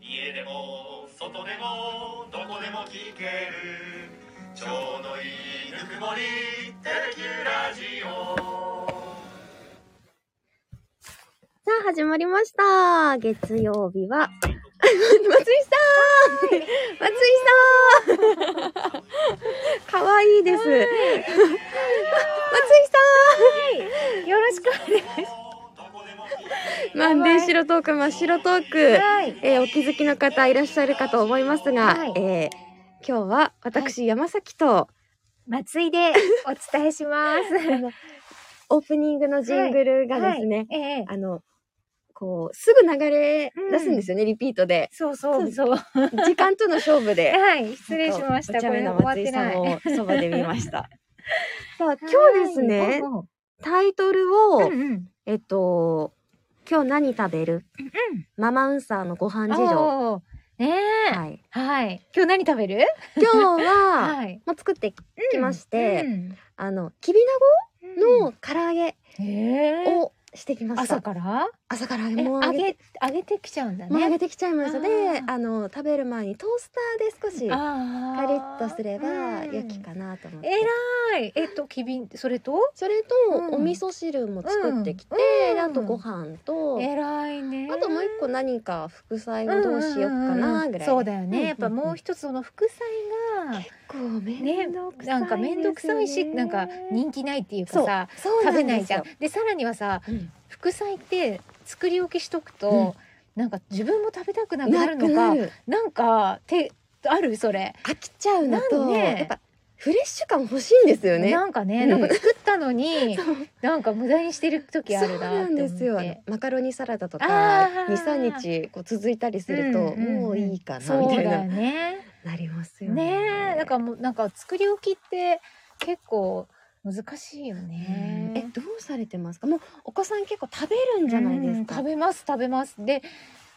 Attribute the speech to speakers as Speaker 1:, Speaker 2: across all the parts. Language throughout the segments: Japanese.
Speaker 1: 家でも外でもどこでも聞けるちょうどいいぬくもりテレキューラジオ
Speaker 2: さあ、始まりました。月曜日は、 松井さん 松井さんかわいい です。松井
Speaker 3: よろしくお願いし
Speaker 2: さんマンデー白トーク、真っ白トーク、
Speaker 3: はい
Speaker 2: えーお気づきの方いらっしゃるかと思いますが、
Speaker 3: はい
Speaker 2: えー今日は私、山崎と
Speaker 3: ます。松井でお伝えします。
Speaker 2: オープニングのジングルがですね、
Speaker 3: ええ
Speaker 2: あの、こう、すぐ流れ出すんですよね、リピートで。
Speaker 3: そうそうそう。は
Speaker 2: 時間との勝負 で。
Speaker 3: い、失礼しました。
Speaker 2: お茶
Speaker 3: こ
Speaker 2: 目
Speaker 3: れ
Speaker 2: な
Speaker 3: 終わっ
Speaker 2: 松井
Speaker 3: て
Speaker 2: さ
Speaker 3: ない。
Speaker 2: ん
Speaker 3: は
Speaker 2: をそばで見ました。さあ、今
Speaker 3: い
Speaker 2: 日ですね、。
Speaker 3: おう
Speaker 2: タイトルを、
Speaker 3: おううんうん。
Speaker 2: えっと、今日何食べる、ママウンサーのご飯事情。
Speaker 3: おうおうねえ。
Speaker 2: はい、
Speaker 3: はい。今日何食べる
Speaker 2: 今日は、
Speaker 3: はい。
Speaker 2: もう作ってきまして、
Speaker 3: うん
Speaker 2: あの、きびなごの唐揚げ
Speaker 3: うんへえ
Speaker 2: をしてきました。
Speaker 3: 朝から
Speaker 2: 朝から
Speaker 3: え
Speaker 2: もう揚
Speaker 3: 揚
Speaker 2: げて
Speaker 3: げ、揚げてきちゃうんだ
Speaker 2: もう揚げ
Speaker 3: ね。
Speaker 2: てきちゃいました。
Speaker 3: あ
Speaker 2: で
Speaker 3: ー、
Speaker 2: あの、食べる前にトースターで少しカ
Speaker 3: あ
Speaker 2: リッとすれば良き
Speaker 3: な。
Speaker 2: かなと思って。
Speaker 3: えらい。えっと、きびん、それと
Speaker 2: それと、
Speaker 3: うん
Speaker 2: お味噌汁も作ってきて、
Speaker 3: うん
Speaker 2: であとご飯と、
Speaker 3: えらいね。
Speaker 2: あともう一個何か副菜をどうしようかなぐらい、
Speaker 3: そうだよ
Speaker 2: うんうんうん
Speaker 3: ねやっぱもう一つその副菜が
Speaker 2: こうめんどくさい
Speaker 3: なんか面倒くさいしなんか人気ないっていうかさ
Speaker 2: そう
Speaker 3: 食べないじゃん
Speaker 2: そ
Speaker 3: でさらにはさ
Speaker 2: うなんです
Speaker 3: 副菜って作り置きしとくと、なんか自分も食べたくなくなる
Speaker 2: よ、な
Speaker 3: のか
Speaker 2: くな
Speaker 3: な
Speaker 2: る
Speaker 3: んかてあるそれ、
Speaker 2: 飽きちゃうのと、
Speaker 3: なんで
Speaker 2: やっぱフレッシュ感欲しいんですよね
Speaker 3: なんかね、
Speaker 2: うん
Speaker 3: なんか作ったのに
Speaker 2: そう
Speaker 3: なんか無駄にしてる時あ
Speaker 2: そう
Speaker 3: るな
Speaker 2: な
Speaker 3: っ
Speaker 2: ん
Speaker 3: て思
Speaker 2: で
Speaker 3: っ
Speaker 2: すよあ
Speaker 3: て
Speaker 2: の。マカロニサラダと
Speaker 3: あ
Speaker 2: か
Speaker 3: ー
Speaker 2: 23日こう続いたりすると、
Speaker 3: んんん
Speaker 2: もういいかな
Speaker 3: そ
Speaker 2: み
Speaker 3: う
Speaker 2: た
Speaker 3: だ
Speaker 2: いな
Speaker 3: よね
Speaker 2: なりますよね
Speaker 3: ねえだからもうなんか作り置きって結構難しいよね
Speaker 2: うん。えどうされてますかもうお子さん結構食べるんじゃないですか、
Speaker 3: うん食べます食べますで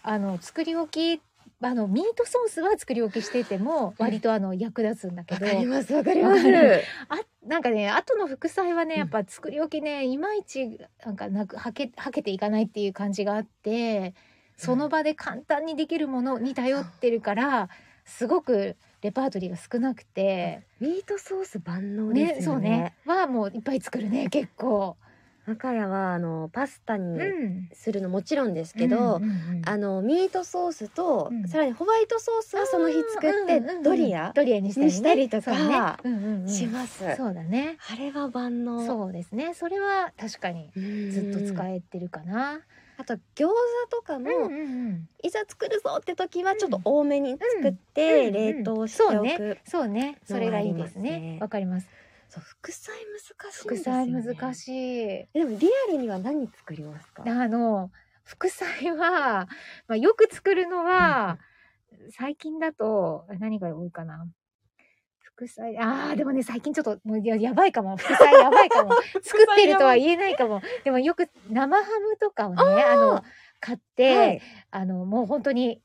Speaker 3: あの作り置きあのミートソースは作り置きしてても割とあの役立つんだけ
Speaker 2: わ
Speaker 3: ど
Speaker 2: かりますわかります
Speaker 3: わかるあなんかね後の副菜はねやっぱ作り置きねいまいちなんかなくはけはけていかないっていう感じがあってその場で簡単にできるものに頼ってるからすごくレパートリーが少なくて。
Speaker 2: ミートソース万能
Speaker 3: ね
Speaker 2: です
Speaker 3: そ
Speaker 2: よ
Speaker 3: う
Speaker 2: ね
Speaker 3: ねはもういっぱい作るね結構。
Speaker 2: 赤谷はあのパスタに
Speaker 3: ん。
Speaker 2: するのもちろんですけど、
Speaker 3: うんうんうん
Speaker 2: あのミートソースと、
Speaker 3: うん
Speaker 2: さらにホワイトソースはその日作
Speaker 3: うん
Speaker 2: っ
Speaker 3: うん
Speaker 2: て
Speaker 3: うんうん
Speaker 2: ドリア
Speaker 3: ドリアにしたり,、ね、
Speaker 2: にしたりとか
Speaker 3: そうねうんうんうん
Speaker 2: します、
Speaker 3: そうだね。
Speaker 2: あれは万能
Speaker 3: そうですね。それは確かに
Speaker 2: うん
Speaker 3: ずっと使えてるかな。
Speaker 2: あと餃子とかも、
Speaker 3: うんうん
Speaker 2: いざ作るぞって時は
Speaker 3: うん
Speaker 2: ちょっと多めに作って
Speaker 3: うんうんうん
Speaker 2: 冷凍しておく、
Speaker 3: そうねそうね。それがいいです
Speaker 2: のはあります
Speaker 3: ね
Speaker 2: ね。
Speaker 3: わかります。
Speaker 2: そう副菜難しいん
Speaker 3: 副
Speaker 2: ですよ
Speaker 3: 菜
Speaker 2: ね
Speaker 3: 難しい。
Speaker 2: でもリアルには何作りますか
Speaker 3: あの副菜は まあよく作るのは最近だと何が多いかな。副菜ああでもね最近ちょっともうややばいかも副菜やば いかも作ってるとは言えないかもでもよく生ハムとかをねあの買って、
Speaker 2: はい
Speaker 3: あのもう本当に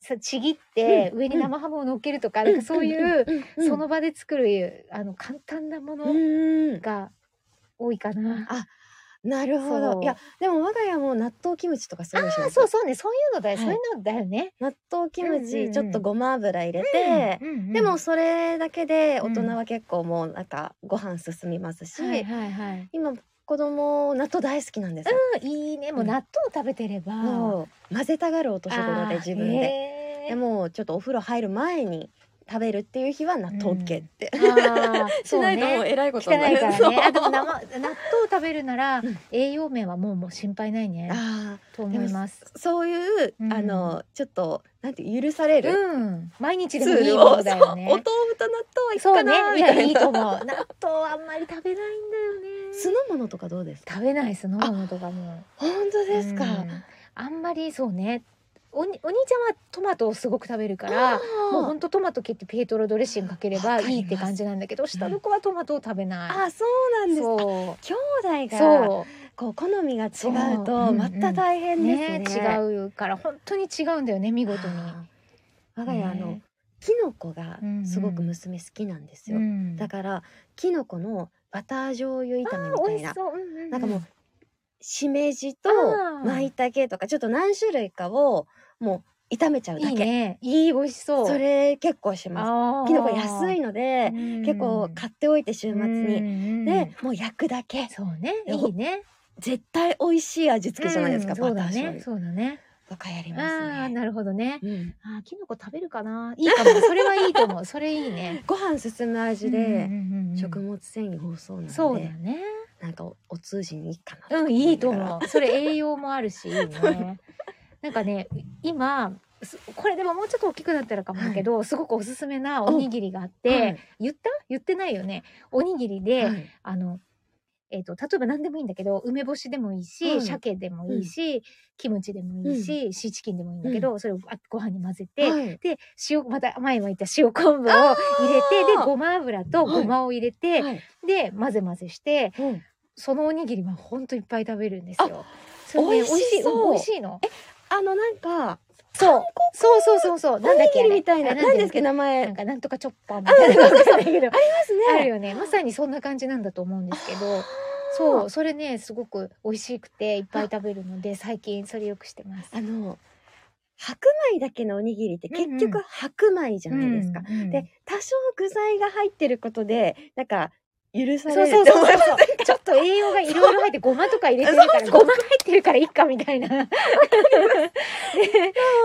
Speaker 3: さちぎって
Speaker 2: うん
Speaker 3: 上に生ハムを乗っけるとか,、なんかそういう、
Speaker 2: んんうん
Speaker 3: その場で作るあの簡単なも
Speaker 2: う
Speaker 3: の
Speaker 2: ん
Speaker 3: が多いかな。
Speaker 2: あなるほ
Speaker 3: そ
Speaker 2: ど
Speaker 3: う
Speaker 2: いやでも我が家も納豆キムチとかそういうし
Speaker 3: あ
Speaker 2: ま
Speaker 3: ー
Speaker 2: す
Speaker 3: そうそうねそういうのだよ、
Speaker 2: はい
Speaker 3: そういうのだよね。
Speaker 2: 納豆キム
Speaker 3: うんうんう
Speaker 2: チ
Speaker 3: ん
Speaker 2: ちょっとごま油入れて、
Speaker 3: うんうんうん
Speaker 2: でもそれだけで
Speaker 3: う
Speaker 2: 大
Speaker 3: ん
Speaker 2: 人は結構もうなんかご飯進みますし、
Speaker 3: はいはいはい。
Speaker 2: 今子供納豆大好きなんですよ、
Speaker 3: うんいいねもう
Speaker 2: うん
Speaker 3: 納豆を食べてれば。
Speaker 2: もう混ぜたがるお年頃
Speaker 3: あ
Speaker 2: で
Speaker 3: ー
Speaker 2: 自分で
Speaker 3: へー
Speaker 2: でもうちょっとお風呂入る前に食べるっていう日は納豆 OK って、
Speaker 3: あー
Speaker 2: しないとも
Speaker 3: そう
Speaker 2: う
Speaker 3: ね
Speaker 2: えらいこと
Speaker 3: 汚い
Speaker 2: にな
Speaker 3: か
Speaker 2: る
Speaker 3: らね。あでも
Speaker 2: そう
Speaker 3: 生納豆を食べるなら
Speaker 2: うん
Speaker 3: 栄養面はもうもう心配ないね
Speaker 2: あ
Speaker 3: と思います。
Speaker 2: ーそういう、
Speaker 3: うん
Speaker 2: あのちょっとなんて許される
Speaker 3: うん、毎日で
Speaker 2: ツ
Speaker 3: もい
Speaker 2: ー
Speaker 3: い
Speaker 2: ル
Speaker 3: も
Speaker 2: を、
Speaker 3: のだ
Speaker 2: そうお
Speaker 3: よ
Speaker 2: 豆
Speaker 3: ね
Speaker 2: 腐。と納豆はいく
Speaker 3: そう
Speaker 2: か
Speaker 3: ね
Speaker 2: な、
Speaker 3: い
Speaker 2: みたい
Speaker 3: や
Speaker 2: ない
Speaker 3: いと思う。納豆あんまり食べないんだよね。
Speaker 2: 酢の物とかどうですか
Speaker 3: 食べない酢の物とかも。
Speaker 2: 本当ですか、
Speaker 3: うんあんまりそうね。おにお兄ちゃんはトマトをすごく食べるから、もう
Speaker 2: も
Speaker 3: 本当トマト切ってピエトロドレッシングかければいいって感じなんだけど、下の子はトマトを食べ
Speaker 2: あ
Speaker 3: ない。
Speaker 2: あそうなんです
Speaker 3: そ
Speaker 2: 兄
Speaker 3: う、
Speaker 2: 弟が
Speaker 3: そ
Speaker 2: こう好みが違う
Speaker 3: そう
Speaker 2: と
Speaker 3: うん
Speaker 2: また大
Speaker 3: う、
Speaker 2: 変
Speaker 3: ね
Speaker 2: ですね
Speaker 3: 違うから本当に違うんだよね、見
Speaker 2: 見
Speaker 3: 事に。
Speaker 2: 我が家あの
Speaker 3: ね
Speaker 2: キノコがすごく娘好きなんですよ、
Speaker 3: うん
Speaker 2: だからキノコのバター醤油炒めみた
Speaker 3: 美味
Speaker 2: い
Speaker 3: し
Speaker 2: な
Speaker 3: そう、うんうんうん
Speaker 2: なんかもうしめじと
Speaker 3: あー
Speaker 2: 舞茸とかちょっと何種類かをもう炒めちゃうだ
Speaker 3: い
Speaker 2: け
Speaker 3: いね。いい、美味しそう。
Speaker 2: それ結構します
Speaker 3: あー、
Speaker 2: きのこ安いので結構買っておいて週末に、
Speaker 3: に
Speaker 2: でもう焼くだけ
Speaker 3: そうね。
Speaker 2: で
Speaker 3: いいね。
Speaker 2: 絶対美味しい味付けじゃないですか、
Speaker 3: うんそ
Speaker 2: バ
Speaker 3: うだ
Speaker 2: ター醤
Speaker 3: ね。
Speaker 2: 油
Speaker 3: そうだね。
Speaker 2: とかやり
Speaker 3: あ
Speaker 2: ま
Speaker 3: あ、
Speaker 2: すね、
Speaker 3: なるほどね。
Speaker 2: うん、
Speaker 3: あーきのこ食べるかな。いい かも。それはいいと思う。それいいね。
Speaker 2: ご飯進む味
Speaker 3: うん
Speaker 2: で
Speaker 3: うんうんうん
Speaker 2: 食物繊維多そうなんで
Speaker 3: そうだね。
Speaker 2: なんかおお通じにいいかな
Speaker 3: うん、いいと
Speaker 2: う
Speaker 3: 思う。それ栄養もあるし、い いね。なんかね、今、すこれでももうちょっと大きくなったらかもだけど、すごくおすすめなおにぎりがあって、
Speaker 2: はい
Speaker 3: 言った言ってないよね。おにぎりで、
Speaker 2: はい
Speaker 3: あの、えっ、と、例えば何でもいいんだけど、梅干しでもいいし、
Speaker 2: うん
Speaker 3: 鮭でもいいし、キムチでもいいし、シーチキンでもいいんだけど、それをあご飯に混ぜて、
Speaker 2: はい
Speaker 3: で、塩、また前も言った塩昆布を入れて、で、ごま油とごまを入れて、
Speaker 2: はい
Speaker 3: で、混ぜ混ぜして、
Speaker 2: うん
Speaker 3: そのおにぎりはほんといっぱい食べるんですよ。そ
Speaker 2: 美味しそう
Speaker 3: 美味しいの。
Speaker 2: あのなんか
Speaker 3: そう。そうそうそうそう。
Speaker 2: お
Speaker 3: なんだっ
Speaker 2: に
Speaker 3: けあ
Speaker 2: ぎ
Speaker 3: れ
Speaker 2: りみたいな
Speaker 3: あれ
Speaker 2: 何
Speaker 3: てい
Speaker 2: です
Speaker 3: うの
Speaker 2: っけ名前あ
Speaker 3: なん
Speaker 2: り
Speaker 3: かなんとかチョッパーみたいなわかんないけど。
Speaker 2: ます ね
Speaker 3: あるよね。まさにそんな感じなんだと思うんですけど。そう、それね、すごく美味しくていっぱい食べるので、最近それよくしてます。
Speaker 2: あの白米だけのおにぎりって結
Speaker 3: うんう
Speaker 2: 局白米じゃないですか、
Speaker 3: うんうん
Speaker 2: で多少具材が入ってることでなんか許さ
Speaker 3: そう
Speaker 2: れ
Speaker 3: そ
Speaker 2: る
Speaker 3: う
Speaker 2: って
Speaker 3: そう
Speaker 2: 思いま
Speaker 3: そう。ちょっと栄養がいろいろ入って、ごまとか入れてるから、ごま入ってるからいっかみた いな。ね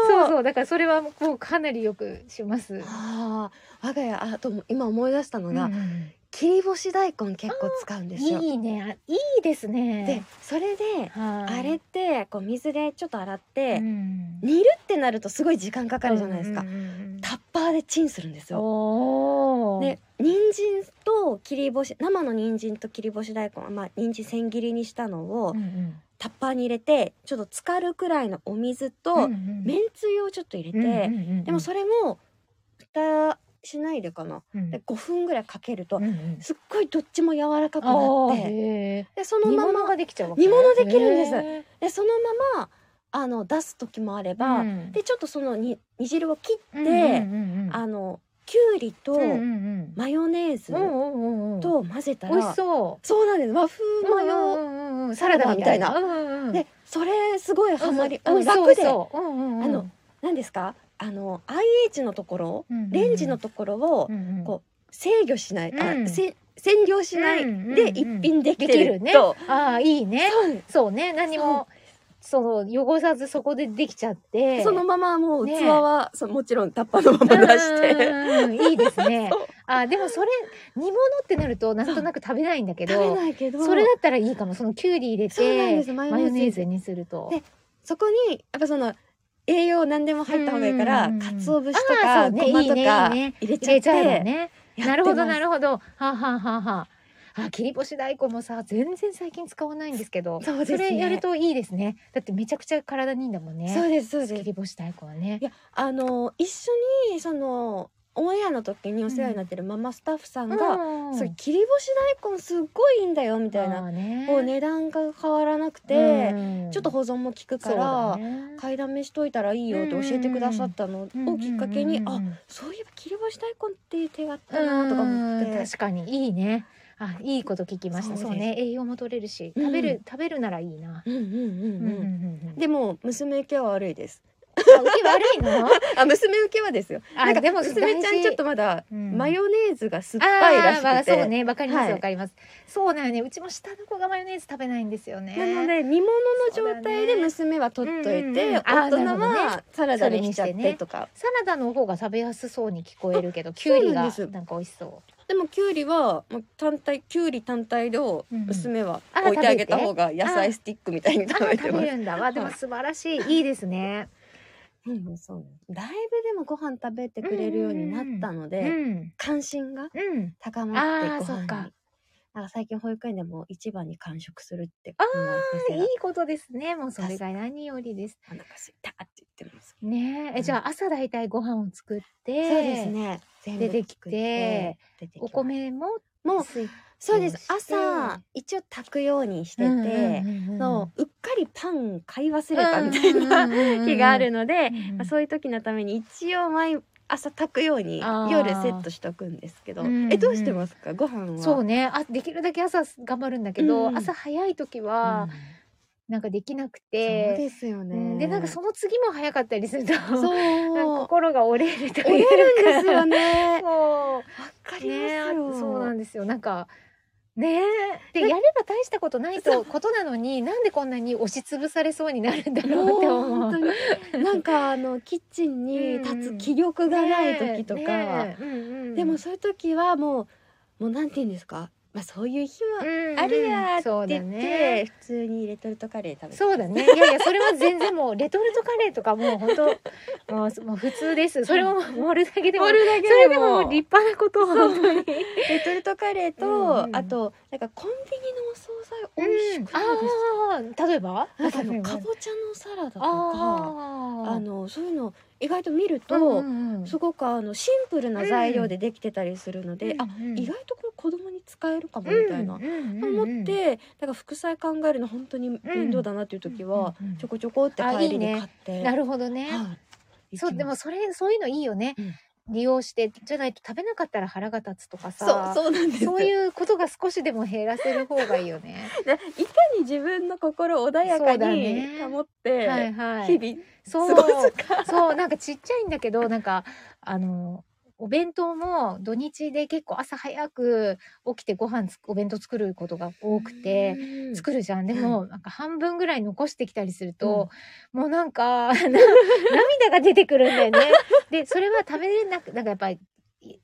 Speaker 3: そうそう。だからそれはもうかなりよくします。
Speaker 2: ああ我が家あと今思い出したのが、
Speaker 3: うんうん
Speaker 2: 切り干し大根結構使うんですよ。
Speaker 3: いいね。あいいですね。
Speaker 2: でそれで
Speaker 3: はい
Speaker 2: あれってこう水でちょっと洗って、
Speaker 3: うん
Speaker 2: 煮るってなるとすごい時間かかるじゃないですか、
Speaker 3: うんうんうん
Speaker 2: タッパーでチンするんですよ。
Speaker 3: おー
Speaker 2: で人参と切り干し生の人参と切り干し大根まあ人参千切りにしたのを
Speaker 3: うんうん
Speaker 2: タッパーに入れてちょっと浸かるくらいのお水
Speaker 3: うん
Speaker 2: と
Speaker 3: うん
Speaker 2: めんつゆをちょっと入れて、
Speaker 3: うんうんうん
Speaker 2: でもそれも蓋しないでかな
Speaker 3: うん
Speaker 2: で5分ぐらいかけると
Speaker 3: うんうん
Speaker 2: すっごいどっちも柔らかくな
Speaker 3: あ
Speaker 2: っ
Speaker 3: ー
Speaker 2: て
Speaker 3: へー
Speaker 2: でその
Speaker 3: 煮
Speaker 2: ま
Speaker 3: 物
Speaker 2: ま
Speaker 3: ができちゃうわ
Speaker 2: 煮物できるんです
Speaker 3: へ
Speaker 2: でそのままあの出す時もあれ
Speaker 3: ー
Speaker 2: ば、
Speaker 3: うん
Speaker 2: でちょっとそのに煮汁を切って、
Speaker 3: うんうんうん
Speaker 2: あのきゅうりと
Speaker 3: うんうん
Speaker 2: マヨネー
Speaker 3: うんうん
Speaker 2: ズ
Speaker 3: うんうん
Speaker 2: と混ぜたら、
Speaker 3: 美味しそう
Speaker 2: そうなんです和風マヨ、
Speaker 3: うんうんうんうんサラダみたいな
Speaker 2: サ
Speaker 3: うんうん
Speaker 2: でそれすごいハマり、あの
Speaker 3: 美味しそう
Speaker 2: 楽で
Speaker 3: 美味しそううんうんうん
Speaker 2: あの何ですかあの IH のところ
Speaker 3: うんうんうん
Speaker 2: レンジのところを
Speaker 3: うんうん
Speaker 2: こ制御しない、
Speaker 3: うん
Speaker 2: あせ占領しない
Speaker 3: うんうんうん
Speaker 2: で一品でき
Speaker 3: で
Speaker 2: て
Speaker 3: き
Speaker 2: る
Speaker 3: るね
Speaker 2: と、
Speaker 3: ああいいね
Speaker 2: そう
Speaker 3: そうね何もそう汚さずそこでできちゃって
Speaker 2: そのままもう
Speaker 3: ね
Speaker 2: 器は、そうもちろんタッパーのまま出して
Speaker 3: うんうんうんいいですね
Speaker 2: そう
Speaker 3: あでもそれ煮物ってなるとなんとなく食べないんだけ
Speaker 2: 食べ
Speaker 3: ど
Speaker 2: ないけど
Speaker 3: それだったらいいかもそのきゅうり入れ
Speaker 2: そうなんで
Speaker 3: て
Speaker 2: すマ
Speaker 3: マ
Speaker 2: ヨネ
Speaker 3: ヨ
Speaker 2: ーズ
Speaker 3: ネーズにすると
Speaker 2: でそこにやっぱその栄養何でも入った方がいいか
Speaker 3: う
Speaker 2: ら
Speaker 3: んうんうん
Speaker 2: 鰹節とか
Speaker 3: あーそうね
Speaker 2: ごまとか
Speaker 3: いいねいい
Speaker 2: 入
Speaker 3: ね
Speaker 2: れち
Speaker 3: 入
Speaker 2: ゃ
Speaker 3: れ
Speaker 2: っ
Speaker 3: ちゃうの
Speaker 2: て
Speaker 3: ね
Speaker 2: やってます
Speaker 3: なるほどなるほどはあ、はあはあはあ、あ切り干し大根もさ全然最近使わないんですけど
Speaker 2: そうですね
Speaker 3: れやるといいですねだってめちゃくちゃ体にいいんだもんね
Speaker 2: そうですそう
Speaker 3: 切
Speaker 2: です
Speaker 3: り干し大根はね
Speaker 2: いやあの一緒にそのオンエアの時にお世話になってるママスタッフさんが、
Speaker 3: うん
Speaker 2: そう切り干し大根すっごいいいんだよみたい
Speaker 3: あ
Speaker 2: な、
Speaker 3: ーね
Speaker 2: こう値段が変わらなくて、
Speaker 3: うん
Speaker 2: ちょっと保存も効くか
Speaker 3: そうだ
Speaker 2: ら、
Speaker 3: ね
Speaker 2: 買いだめしといたらいいよって教えてくださったのをきっかけに、
Speaker 3: うんうんうんうん
Speaker 2: あそういえば切り干し大根っていう手があったなとか思って
Speaker 3: うーん確かにいいねあいいこと聞きました
Speaker 2: そ
Speaker 3: そうう
Speaker 2: です
Speaker 3: ね栄養も取れるし
Speaker 2: うん
Speaker 3: 食べる、食べるならいいな、
Speaker 2: うんうんうん
Speaker 3: うんう
Speaker 2: うん
Speaker 3: んうん、で
Speaker 2: でも娘受けは悪いです
Speaker 3: あ受け悪いの
Speaker 2: あ娘受けはですよ
Speaker 3: あ
Speaker 2: なんか
Speaker 3: でも
Speaker 2: 娘ちゃ
Speaker 3: 大
Speaker 2: ん
Speaker 3: 事
Speaker 2: ちょっとまだ
Speaker 3: うん
Speaker 2: マヨネーズが酸っ
Speaker 3: あ
Speaker 2: ぱいらし
Speaker 3: ーまあ
Speaker 2: くて、
Speaker 3: そうねわかります
Speaker 2: はい
Speaker 3: わかります、そうなのねうちも下の子がマヨネーズ食べないんですよね
Speaker 2: なので煮物の状態で娘は取っといて、
Speaker 3: そう
Speaker 2: 大
Speaker 3: だねう
Speaker 2: 人
Speaker 3: んうんうんあーなるほど
Speaker 2: はサラダにしちゃってとか
Speaker 3: サラダの方が食べやすそうに聞こえるけどきゅうり
Speaker 2: そうなん
Speaker 3: が
Speaker 2: です
Speaker 3: なんか美味しそう
Speaker 2: でもきゅうりはもう単体きゅうり単体を
Speaker 3: うん
Speaker 2: 娘は
Speaker 3: あ
Speaker 2: 置いてあげた
Speaker 3: 食べて
Speaker 2: 方が野菜スティックみたいに
Speaker 3: あ
Speaker 2: 食べて
Speaker 3: 食
Speaker 2: ま
Speaker 3: べ
Speaker 2: す。
Speaker 3: るんだわでも素晴らしいいいですね
Speaker 2: うんそうだいぶでもご飯食べてくれるようになったので、
Speaker 3: うん
Speaker 2: 関心が
Speaker 3: うん
Speaker 2: 高まって
Speaker 3: あー
Speaker 2: ご飯
Speaker 3: そ
Speaker 2: に
Speaker 3: っか
Speaker 2: なんか最近保育園でも一番に完食するって
Speaker 3: あ
Speaker 2: ー
Speaker 3: いいことですねもうそれが何よりです
Speaker 2: お腹すいたって言ってます
Speaker 3: ねえ、
Speaker 2: うん
Speaker 3: えじゃあ朝だいたいご飯を作って
Speaker 2: そうですね全部
Speaker 3: 出てき
Speaker 2: 作って出てきます
Speaker 3: お米も
Speaker 2: もう
Speaker 3: ついて
Speaker 2: そうです
Speaker 3: そうして
Speaker 2: 朝一応炊くようにしてて、
Speaker 3: うんうんうん
Speaker 2: そううっかりパン買い忘れたみたいな
Speaker 3: な
Speaker 2: 日があるので、
Speaker 3: うん
Speaker 2: まあそういう時のために一応毎朝炊くように
Speaker 3: あー
Speaker 2: 夜セットしとくんですけど、
Speaker 3: うんうん
Speaker 2: えどうしてますかご飯は
Speaker 3: そうねあできるだけ朝頑張るんだけど、
Speaker 2: うん
Speaker 3: 朝早い時
Speaker 2: うん
Speaker 3: は、なんかできなく
Speaker 2: そう
Speaker 3: て
Speaker 2: ですよ
Speaker 3: で,、
Speaker 2: ね、
Speaker 3: うん、でなんかその次も早かったりすると
Speaker 2: そう
Speaker 3: なんか
Speaker 2: 折
Speaker 3: 心が折れるというか
Speaker 2: れるんですよねわ
Speaker 3: そう
Speaker 2: かります
Speaker 3: ねあ
Speaker 2: よ、
Speaker 3: そうなんですよなんかねで
Speaker 2: ね
Speaker 3: やれば大したことないとことなのになんでこんなに押しつぶされそうになるんだろ
Speaker 2: もう
Speaker 3: うって思
Speaker 2: 本
Speaker 3: う
Speaker 2: 当。になんかあのキッチンに立つ気力がない時とか、
Speaker 3: ねえねえうんうん
Speaker 2: でもそういう時はもうもうなんて言うんですか、まあ、そういう日は
Speaker 3: うんうん
Speaker 2: あるやー
Speaker 3: そ
Speaker 2: っ
Speaker 3: う
Speaker 2: て
Speaker 3: だ
Speaker 2: 言って、
Speaker 3: ね
Speaker 2: 普通にレトルトカレー食べて
Speaker 3: そうだねいやいやそれは全然もうレトルトカレーとかも う本当もうもう普通ですそれをもう盛るだけでも
Speaker 2: 盛るだけでも
Speaker 3: それでも立派なこと本当
Speaker 2: レ
Speaker 3: に
Speaker 2: トルトカレーと、
Speaker 3: うんうん
Speaker 2: あとなんかコンビニのお惣菜美味し
Speaker 3: うん
Speaker 2: くないですか、
Speaker 3: ああ例えば
Speaker 2: なんかあの
Speaker 3: 例えば
Speaker 2: かぼちゃのサラダとか
Speaker 3: あ
Speaker 2: あ
Speaker 3: ー
Speaker 2: のそういうの意外と見ると、
Speaker 3: うんうん
Speaker 2: すごくあのシンプルな材料でできてたりするので、あ
Speaker 3: うんうん
Speaker 2: 意外とこれ子供に使えるかもみたいな、
Speaker 3: うんうんうんうん
Speaker 2: 思ってだから副菜考えるの本当に面倒だなっていう時は、
Speaker 3: うんうんうん
Speaker 2: ちょこちょこって帰りに買って。
Speaker 3: なるほどね、
Speaker 2: はい
Speaker 3: そうでもそれそういうのいいよね、利用してじゃないと食べなかったら腹が立つとか
Speaker 2: そ
Speaker 3: さ
Speaker 2: うそうなんです
Speaker 3: そう
Speaker 2: う
Speaker 3: いうことが少しでも減らせる方がいいよ ね
Speaker 2: でいかに自分の心を穏や
Speaker 3: そ
Speaker 2: か
Speaker 3: うだ
Speaker 2: に
Speaker 3: ね
Speaker 2: 保っ
Speaker 3: はい
Speaker 2: て
Speaker 3: はい
Speaker 2: 日々
Speaker 3: そ
Speaker 2: 過ごす
Speaker 3: う
Speaker 2: か、
Speaker 3: そうなんかちっちゃいんだけどなんかあのお弁当も土日で結構朝早く起きてご飯つお弁当作ることが多くて
Speaker 2: うん
Speaker 3: 作るじゃんでもなんか半分ぐらい残してきたりすると、もうなんか な涙が出てくるんだよね。でそれは食べれなくなんかやっぱり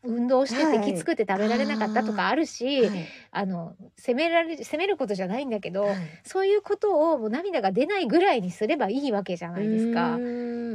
Speaker 3: 運動して
Speaker 2: は
Speaker 3: て
Speaker 2: い
Speaker 3: きつくて食べられなかったとかあるし、
Speaker 2: はい
Speaker 3: あの責められ責めることじゃないんだけど、
Speaker 2: はい
Speaker 3: そういうことをもう涙が出ないぐらいにすればいいわけじゃないですか。
Speaker 2: うー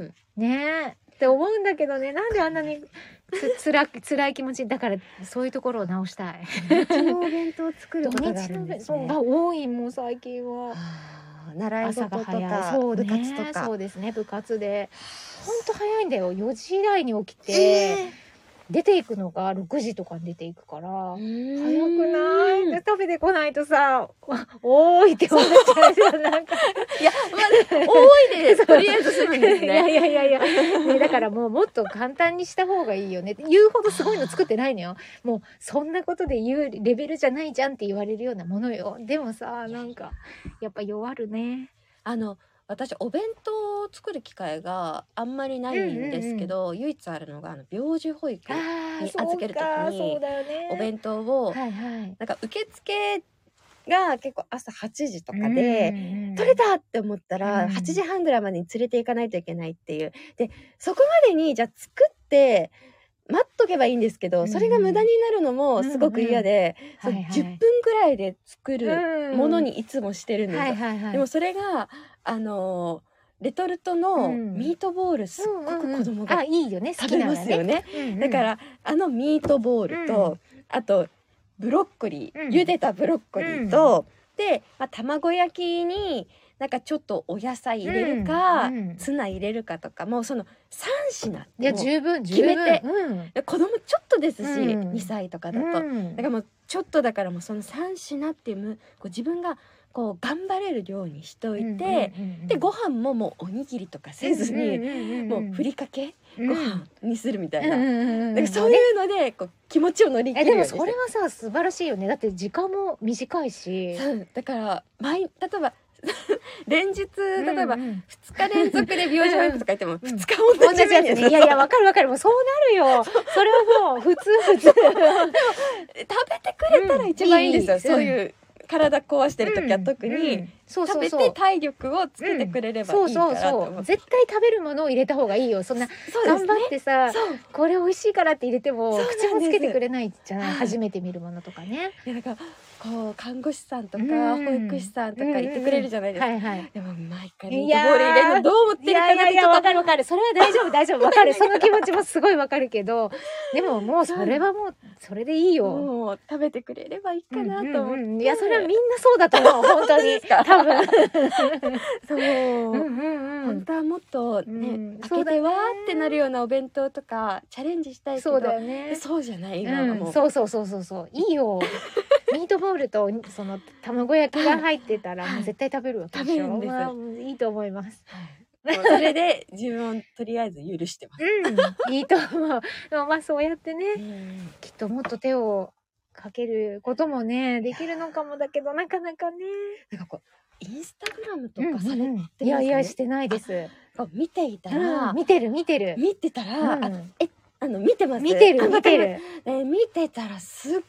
Speaker 2: ん
Speaker 3: ねえって思うんだけどねなんであんなに つ辛く辛い気持ちだからそういうところを直したい。
Speaker 2: うちのお弁当を作ることがあるんです
Speaker 3: 土日の
Speaker 2: ね
Speaker 3: が多いもう最近は。
Speaker 2: あー習い
Speaker 3: 朝
Speaker 2: 事
Speaker 3: が
Speaker 2: と
Speaker 3: 早い
Speaker 2: か
Speaker 3: そう、ね、
Speaker 2: 部活とか
Speaker 3: そうですね部活で 本当早いんだよ4時台に起きて、
Speaker 2: え
Speaker 3: 出ていくのが6時とかに出ていくから
Speaker 2: ー
Speaker 3: 早
Speaker 2: う
Speaker 3: くない
Speaker 2: ーん
Speaker 3: で食べてこないとさ わ多いって思っちゃうじゃんなんか
Speaker 2: いやまあ多いです
Speaker 3: そう
Speaker 2: とりあえずするんです
Speaker 3: いや
Speaker 2: ね
Speaker 3: いやいやいや、ね、だからもうもっと簡単にした方がいいよね言うほどすごいの作ってないのよもうそんなことで言うレベルじゃないじゃんって言われるようなものよでもさなんかやっぱ弱るね
Speaker 2: あの私お弁当を作る機会があんまりないんですけど、唯一あるのがあの病児保育
Speaker 3: あ
Speaker 2: に
Speaker 3: ー
Speaker 2: 預ける時に
Speaker 3: そうかそうだよね
Speaker 2: お弁当を、
Speaker 3: はいはい
Speaker 2: なんか受付が結構朝8時と
Speaker 3: と
Speaker 2: かで、取れたって思ったら、
Speaker 3: うん
Speaker 2: 8時半ぐらいまでに連れて行かないといけないっていうでそこまでにじゃあ作って待っとけばいいんですけど、
Speaker 3: うん
Speaker 2: それが無駄になるのもすごく嫌で、
Speaker 3: うんうん
Speaker 2: そう
Speaker 3: はいはい
Speaker 2: 10分ぐらいで作る
Speaker 3: る
Speaker 2: ものにいつもしてるんですよ。
Speaker 3: はいはいはい
Speaker 2: でもそれがあのーレトルト
Speaker 3: う
Speaker 2: の
Speaker 3: ん
Speaker 2: ミートボールすっごく子供
Speaker 3: うんうんうんあ
Speaker 2: が
Speaker 3: いいよね好
Speaker 2: 食
Speaker 3: き
Speaker 2: べ
Speaker 3: なの
Speaker 2: ますよ
Speaker 3: ね
Speaker 2: ね。
Speaker 3: うんうん
Speaker 2: だからあのミートボールと、
Speaker 3: うん
Speaker 2: あとブロッコリー、
Speaker 3: うん
Speaker 2: 茹でたブロッコリーと、で、まあ、卵焼きになんかちょっとお野菜入れるか、
Speaker 3: うんうん
Speaker 2: ツナ入れるかとかもうその3品もう
Speaker 3: いや十分十
Speaker 2: 決
Speaker 3: 分
Speaker 2: めて
Speaker 3: うん
Speaker 2: 子供ちょっとですし、
Speaker 3: うん
Speaker 2: 2歳とかだと。
Speaker 3: う
Speaker 2: だ
Speaker 3: ん
Speaker 2: からもうちょっとだからもうその3品っていうむこう自分がこう頑張れる量にしておいて、でご飯ももうおにぎりとかせずに、もうふりかけ
Speaker 3: ご
Speaker 2: ご飯にするみたいな,、な
Speaker 3: な
Speaker 2: んかそういうのでこう気持ちを乗り切
Speaker 3: え
Speaker 2: るよ
Speaker 3: で
Speaker 2: う
Speaker 3: も
Speaker 2: にして
Speaker 3: それはさ素晴らしいよねだって時間も短いし
Speaker 2: そうだから毎例え ば連日例えば
Speaker 3: うんうん
Speaker 2: 2日連続で病状保育とか言っても2日
Speaker 3: 同
Speaker 2: 同
Speaker 3: じ
Speaker 2: じ
Speaker 3: や
Speaker 2: や
Speaker 3: つ
Speaker 2: つ
Speaker 3: ね
Speaker 2: ね
Speaker 3: いやいやわかるわかるもうそうなるよそれはもう普通普通
Speaker 2: 食べてくれたら一番いいんですよ、そ
Speaker 3: うん
Speaker 2: ういう体壊してる時は特に、
Speaker 3: うんうんそう
Speaker 2: 食
Speaker 3: そう
Speaker 2: べ
Speaker 3: そう
Speaker 2: て体力をつけてくれれば
Speaker 3: そう
Speaker 2: いいか
Speaker 3: そ
Speaker 2: ら
Speaker 3: う
Speaker 2: と思
Speaker 3: そうう絶対食べるものを入れた方がいいよそんな
Speaker 2: そうですね
Speaker 3: 頑張ってさ、
Speaker 2: そう
Speaker 3: これ美味しいからって入れても
Speaker 2: そうなんです
Speaker 3: 口もつけてくれないじゃない
Speaker 2: はい
Speaker 3: 初めて見るものとかね
Speaker 2: いやだからこう看護師さんとか
Speaker 3: うん
Speaker 2: 保育士さんとか言ってくれるじゃないですか、
Speaker 3: はいはい
Speaker 2: でも毎回ミー
Speaker 3: い
Speaker 2: ト
Speaker 3: やー
Speaker 2: ボール入れるのどう思って
Speaker 3: い
Speaker 2: る
Speaker 3: や
Speaker 2: か
Speaker 3: いや
Speaker 2: ないち
Speaker 3: や
Speaker 2: ょ
Speaker 3: わ
Speaker 2: っと
Speaker 3: かるわかるそれは大丈夫大丈夫わかるその気持ちもすごいわかるけどでももうそれはもうそれでいいよ、
Speaker 2: もう食べてくれればいいかなと思って、
Speaker 3: うんうんうんいやそれはみんなそうだと思う本当に多分
Speaker 2: そう、
Speaker 3: うんうんうん
Speaker 2: 本当はもっとね、
Speaker 3: うん
Speaker 2: 開
Speaker 3: そ
Speaker 2: け
Speaker 3: うだ
Speaker 2: て
Speaker 3: よね
Speaker 2: わーってなるようなお弁当とかチャレンジしたいけど
Speaker 3: そうだよね
Speaker 2: そうじゃない今は
Speaker 3: う
Speaker 2: も
Speaker 3: ん、
Speaker 2: う、
Speaker 3: そうそうそうそうそうい いよミートボールとその卵焼きが入ってたら
Speaker 2: はい
Speaker 3: もう絶対食べるわけでしょ
Speaker 2: 食べるんです
Speaker 3: まあいいと思います
Speaker 2: はいもうそれで自分をとりあえず許してます、
Speaker 3: うんいいと思うでもまあそうやってね
Speaker 2: うん
Speaker 3: きっともっと手をかけることもねできるのかもだけどなかなかね
Speaker 2: なんかこうインスタグラムと
Speaker 3: うん
Speaker 2: かされて
Speaker 3: う
Speaker 2: ま
Speaker 3: ん
Speaker 2: す
Speaker 3: いやいやしてないですす。
Speaker 2: 見ていた
Speaker 3: う
Speaker 2: ら、
Speaker 3: ん見てる見てる。
Speaker 2: 見てたら、
Speaker 3: う
Speaker 2: あ
Speaker 3: ん
Speaker 2: あの見てます
Speaker 3: 見て
Speaker 2: あ
Speaker 3: る
Speaker 2: わ
Speaker 3: 見
Speaker 2: か
Speaker 3: て
Speaker 2: り
Speaker 3: る。
Speaker 2: ますえー見てたらすっごい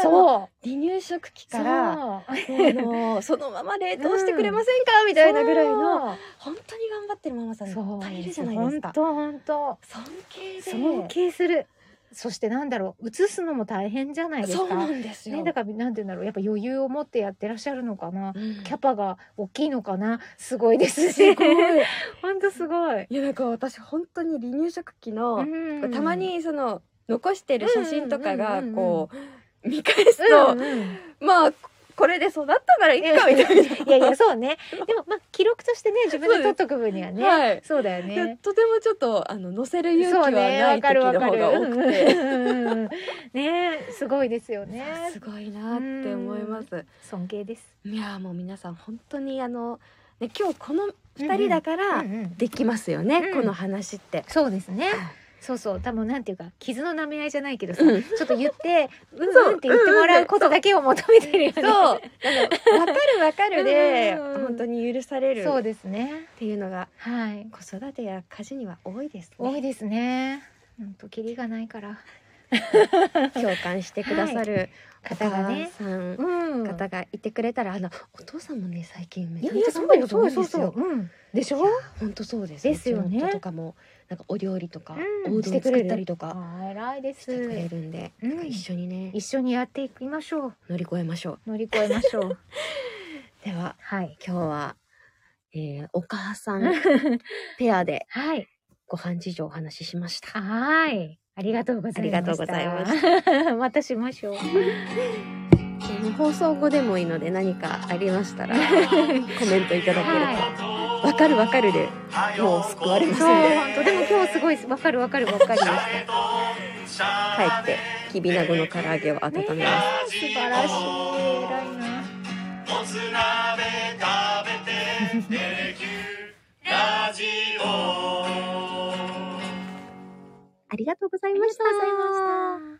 Speaker 2: あの
Speaker 3: そう。
Speaker 2: 離乳食期
Speaker 3: そ
Speaker 2: か
Speaker 3: う
Speaker 2: らあのそのまま冷凍してくれませんか、み
Speaker 3: み
Speaker 2: たいなぐらいの本当に頑張ってるママさんいっ
Speaker 3: そう
Speaker 2: ぱいいるじゃないですか
Speaker 3: 本。当本当
Speaker 2: 尊敬で
Speaker 3: 尊敬するそしてなんだろう移すのも大変じゃないです
Speaker 2: そうな
Speaker 3: か
Speaker 2: んですよ。
Speaker 3: ねだからなんて言うんだろうやっぱ余裕を持ってやってらっしゃるのかな
Speaker 2: うん
Speaker 3: キャパが大きいのかなすごいです
Speaker 2: す
Speaker 3: ね
Speaker 2: ごい。
Speaker 3: 本当すごい
Speaker 2: いやなんか私本当に離乳食期の、
Speaker 3: うん
Speaker 2: たまにその残してる写真とかが
Speaker 3: うんうんうんうん
Speaker 2: こう見返すと、
Speaker 3: うんうん
Speaker 2: まあこれで育ったからいい
Speaker 3: いや
Speaker 2: かみたいな。
Speaker 3: いやい やそうねでもまあ記録としてね自分で取っとく分にはねそう
Speaker 2: はい。
Speaker 3: だよ
Speaker 2: いや
Speaker 3: ね
Speaker 2: とてもちょっとあの載せる勇気
Speaker 3: そ
Speaker 2: は
Speaker 3: うね
Speaker 2: ない時の方が多
Speaker 3: うん
Speaker 2: くて、
Speaker 3: うんうんうんねすごいですよね
Speaker 2: すごいなって思います。
Speaker 3: 尊敬です
Speaker 2: いやもう皆さん本当にあの、ね、今日この二人だから
Speaker 3: うんうん
Speaker 2: できますよね、
Speaker 3: うん
Speaker 2: この話って。
Speaker 3: そうですね
Speaker 2: はい。
Speaker 3: そうそう、多分なんていうか、傷の舐め合いじゃないけどさ、
Speaker 2: うん
Speaker 3: ちょっと言って、うん
Speaker 2: そう
Speaker 3: うんって言ってもらうことだけを求めてるよね。
Speaker 2: そうあのわか るわかるで
Speaker 3: うんうんうん
Speaker 2: 本当に許される
Speaker 3: そう
Speaker 2: っ
Speaker 3: ですね。
Speaker 2: ていうのが
Speaker 3: はい。
Speaker 2: 子育てや家事には多いです
Speaker 3: 多
Speaker 2: ね
Speaker 3: いですね。本当キリがないから。
Speaker 2: 共感してくださるお
Speaker 3: 方が
Speaker 2: 母
Speaker 3: ね。
Speaker 2: さん
Speaker 3: うん。
Speaker 2: 方がいてくれたらあのお父さんもね最近め
Speaker 3: い
Speaker 2: ちゃ
Speaker 3: や
Speaker 2: め
Speaker 3: い
Speaker 2: ち
Speaker 3: や、
Speaker 2: ゃ
Speaker 3: そ
Speaker 2: 頑張
Speaker 3: うだ
Speaker 2: る
Speaker 3: よ、
Speaker 2: と
Speaker 3: そう
Speaker 2: 思う
Speaker 3: よ、
Speaker 2: ん
Speaker 3: そう
Speaker 2: ですよ
Speaker 3: よそうよ。うん。でしょ
Speaker 2: 本当そうです
Speaker 3: ですよ
Speaker 2: う
Speaker 3: ね
Speaker 2: ちの夫とかもなんかお料理とか
Speaker 3: う
Speaker 2: お
Speaker 3: ん
Speaker 2: うどん
Speaker 3: してく
Speaker 2: 作
Speaker 3: れる
Speaker 2: ったりとか
Speaker 3: あー、偉いで
Speaker 2: してくれ
Speaker 3: す。
Speaker 2: るんで
Speaker 3: うん
Speaker 2: なんか一緒にね
Speaker 3: 一緒にやっていきましょう。
Speaker 2: 乗り越えましょう
Speaker 3: 乗り越えましょ う。
Speaker 2: では
Speaker 3: はい。
Speaker 2: 今日は、えーお母さ んペアで
Speaker 3: はい。
Speaker 2: ご飯事情をお話ししました
Speaker 3: はい。ありがとうございま
Speaker 2: ありが
Speaker 3: した。
Speaker 2: とうございま
Speaker 3: した。 またしましょう。
Speaker 2: ね放送後でもいいので何かありましたらコメントいただけると「わかるわかる」でもう救われま
Speaker 3: そ
Speaker 2: す
Speaker 3: う、
Speaker 2: んで
Speaker 3: 本当でも今日すごいわかるわかるわかる。
Speaker 2: 帰ってきびなごの唐揚げを温めます。
Speaker 3: え素晴らしい。偉いな。
Speaker 1: もつ鍋食べてテレキューラジオ
Speaker 2: ありがとうございました。
Speaker 3: ありがとうございました。